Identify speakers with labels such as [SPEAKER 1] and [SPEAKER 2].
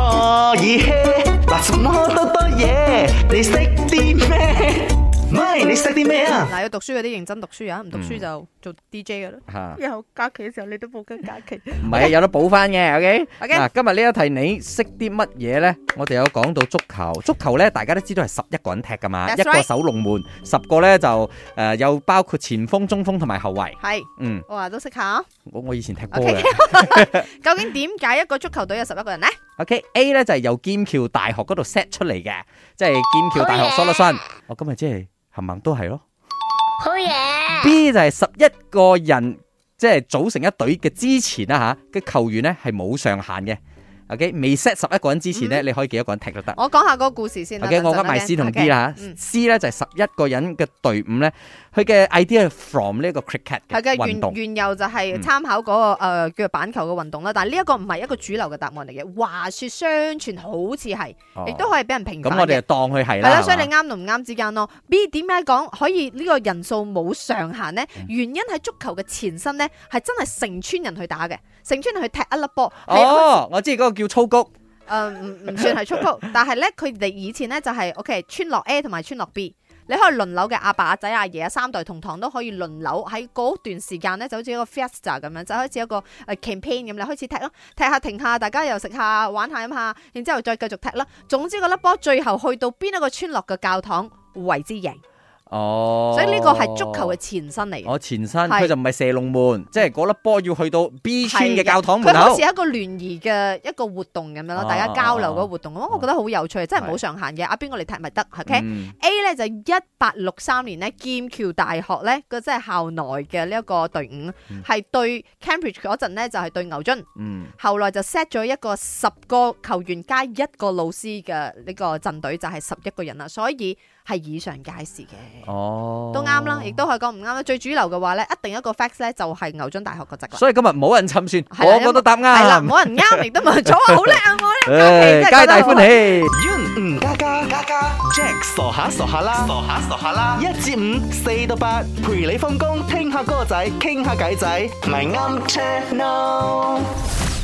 [SPEAKER 1] 可以 hea，嗱什麼都多嘢，你識啲咩？咪你識啲咩啊？
[SPEAKER 2] 嗱，要讀書嗰啲認真讀書啊，唔
[SPEAKER 3] 嗯
[SPEAKER 2] 讀書就做 DJ 噶啦。
[SPEAKER 3] 吓，
[SPEAKER 4] 有假期嘅時候你都冇跟假期。
[SPEAKER 3] 唔係啊，有得補翻嘅，OK。
[SPEAKER 2] OK
[SPEAKER 3] 嗱，今日呢一題你識啲乜嘢咧？我哋有講到足球，足球咧大家都知道係十一個人踢噶嘛，
[SPEAKER 2] That's
[SPEAKER 3] 一個
[SPEAKER 2] right
[SPEAKER 3] 守龍門，十個咧就誒有包括前鋒、中鋒同埋後衞。
[SPEAKER 2] 係，
[SPEAKER 3] 嗯，
[SPEAKER 2] 我話都識下。
[SPEAKER 3] 我我以前踢波
[SPEAKER 2] OK，
[SPEAKER 3] 嘅。
[SPEAKER 2] 究竟點解一個足球隊有十一個人呢？
[SPEAKER 3] OK，A 咧就係由劍橋大學嗰度 set 出嚟嘅，即係劍橋大學 solution。我今日即係冚唪唥都係咯。
[SPEAKER 5] 好嘢，
[SPEAKER 3] B 就係十一個人即係組成一隊嘅之前啦吓，嘅球員咧係冇上限嘅。OK，未 set 十一個人之前咧，你可以幾多個人踢都得。
[SPEAKER 2] 我講下嗰個故事先啦。
[SPEAKER 3] OK，
[SPEAKER 2] 等
[SPEAKER 3] 我
[SPEAKER 2] 陣
[SPEAKER 3] 噏埋
[SPEAKER 2] OK
[SPEAKER 3] C 同 B 啦
[SPEAKER 2] OK，
[SPEAKER 3] 吓
[SPEAKER 2] 嗯
[SPEAKER 3] ，C 咧就係十一個人嘅隊伍咧，佢嘅 idea 係 from 呢一個 cricket
[SPEAKER 2] 係
[SPEAKER 3] 嘅
[SPEAKER 2] 嘅，
[SPEAKER 3] 運
[SPEAKER 2] 原
[SPEAKER 3] 動。
[SPEAKER 2] 原由就係
[SPEAKER 3] 嗯
[SPEAKER 2] 參考嗰個誒叫做板球嘅運動啦，但係呢一個唔係一個主流嘅答案嚟嘅。話說相傳好似係，亦都
[SPEAKER 3] 哦
[SPEAKER 2] 可以俾人評
[SPEAKER 3] 咁，
[SPEAKER 2] 反
[SPEAKER 3] 我哋
[SPEAKER 2] 嘅
[SPEAKER 3] 就。當佢係
[SPEAKER 2] 係
[SPEAKER 3] 啦。
[SPEAKER 2] 啦，所以
[SPEAKER 3] 係嘛
[SPEAKER 2] 你啱同唔啱之間咯。B 點解講可以呢個人數冇上限呢？
[SPEAKER 3] 嗯
[SPEAKER 2] 原因喺足球嘅前身呢，係真係成村人去打嘅，成村人去踢一粒波。係
[SPEAKER 3] 哦，我知嗰個叫粗谷。
[SPEAKER 2] 誒呃唔唔算係速 曲，但係咧佢哋以前咧就係 OK 村落 A 同埋村落 B，你可以輪流嘅阿爸阿仔阿爺啊三代同堂都可以輪流喺嗰段時間咧就好似一個 fiesta 咁樣，就開始一個誒 campaign 咁，你開始踢咯，踢下停下，大家又食下玩下飲下，然之後再繼續踢啦。總之個粒波最後去到邊一個村落嘅教堂為之贏，
[SPEAKER 3] 哦，
[SPEAKER 2] 所以呢個係足球嘅前身嚟嘅。
[SPEAKER 3] 我前身
[SPEAKER 2] 係嗯
[SPEAKER 3] 佢就唔係射龍門，即係嗰粒波要去到 B 村嘅教堂門
[SPEAKER 2] 啊佢好
[SPEAKER 3] 口
[SPEAKER 2] 似。一個聯誼嘅一個活動咁樣咯，
[SPEAKER 3] 哦
[SPEAKER 2] 大家交流嗰個活動，咁我覺得好有趣，真係冇上限嘅。啊，邊個嚟踢咪得，OK？
[SPEAKER 3] 嗯
[SPEAKER 2] A 咧就一八六三年咧劍橋大學咧個即係校內嘅呢一個隊伍
[SPEAKER 3] 嗯
[SPEAKER 2] 係、對 Cambridge 嗰陣咧就係、對牛津，
[SPEAKER 3] 嗯，
[SPEAKER 2] 後來就 set 咗一個十個球員加一個老師嘅呢個陣隊就係十一個人啦，所以係以上皆是嘅。
[SPEAKER 3] 哦，
[SPEAKER 2] 都啱啦，亦都係講唔啱啦。最主流嘅話咧，一定一個 fact 咧就係牛津大學嗰只啦。
[SPEAKER 3] 所以今日冇人侵算，
[SPEAKER 2] 係啦
[SPEAKER 3] 個個都答
[SPEAKER 2] 係啦，
[SPEAKER 3] 啱。
[SPEAKER 2] 冇人啱，亦都冇人錯，好叻啊！我 呢
[SPEAKER 3] 唉
[SPEAKER 2] 真係覺得
[SPEAKER 3] 皆大
[SPEAKER 2] 好啊
[SPEAKER 3] 歡喜。
[SPEAKER 1] 嗯，加加加加，Jack 傻下傻下啦，傻下傻下啦，一至五，四到八，陪你放工，聽下歌仔，傾下偈仔，咪啱 channel。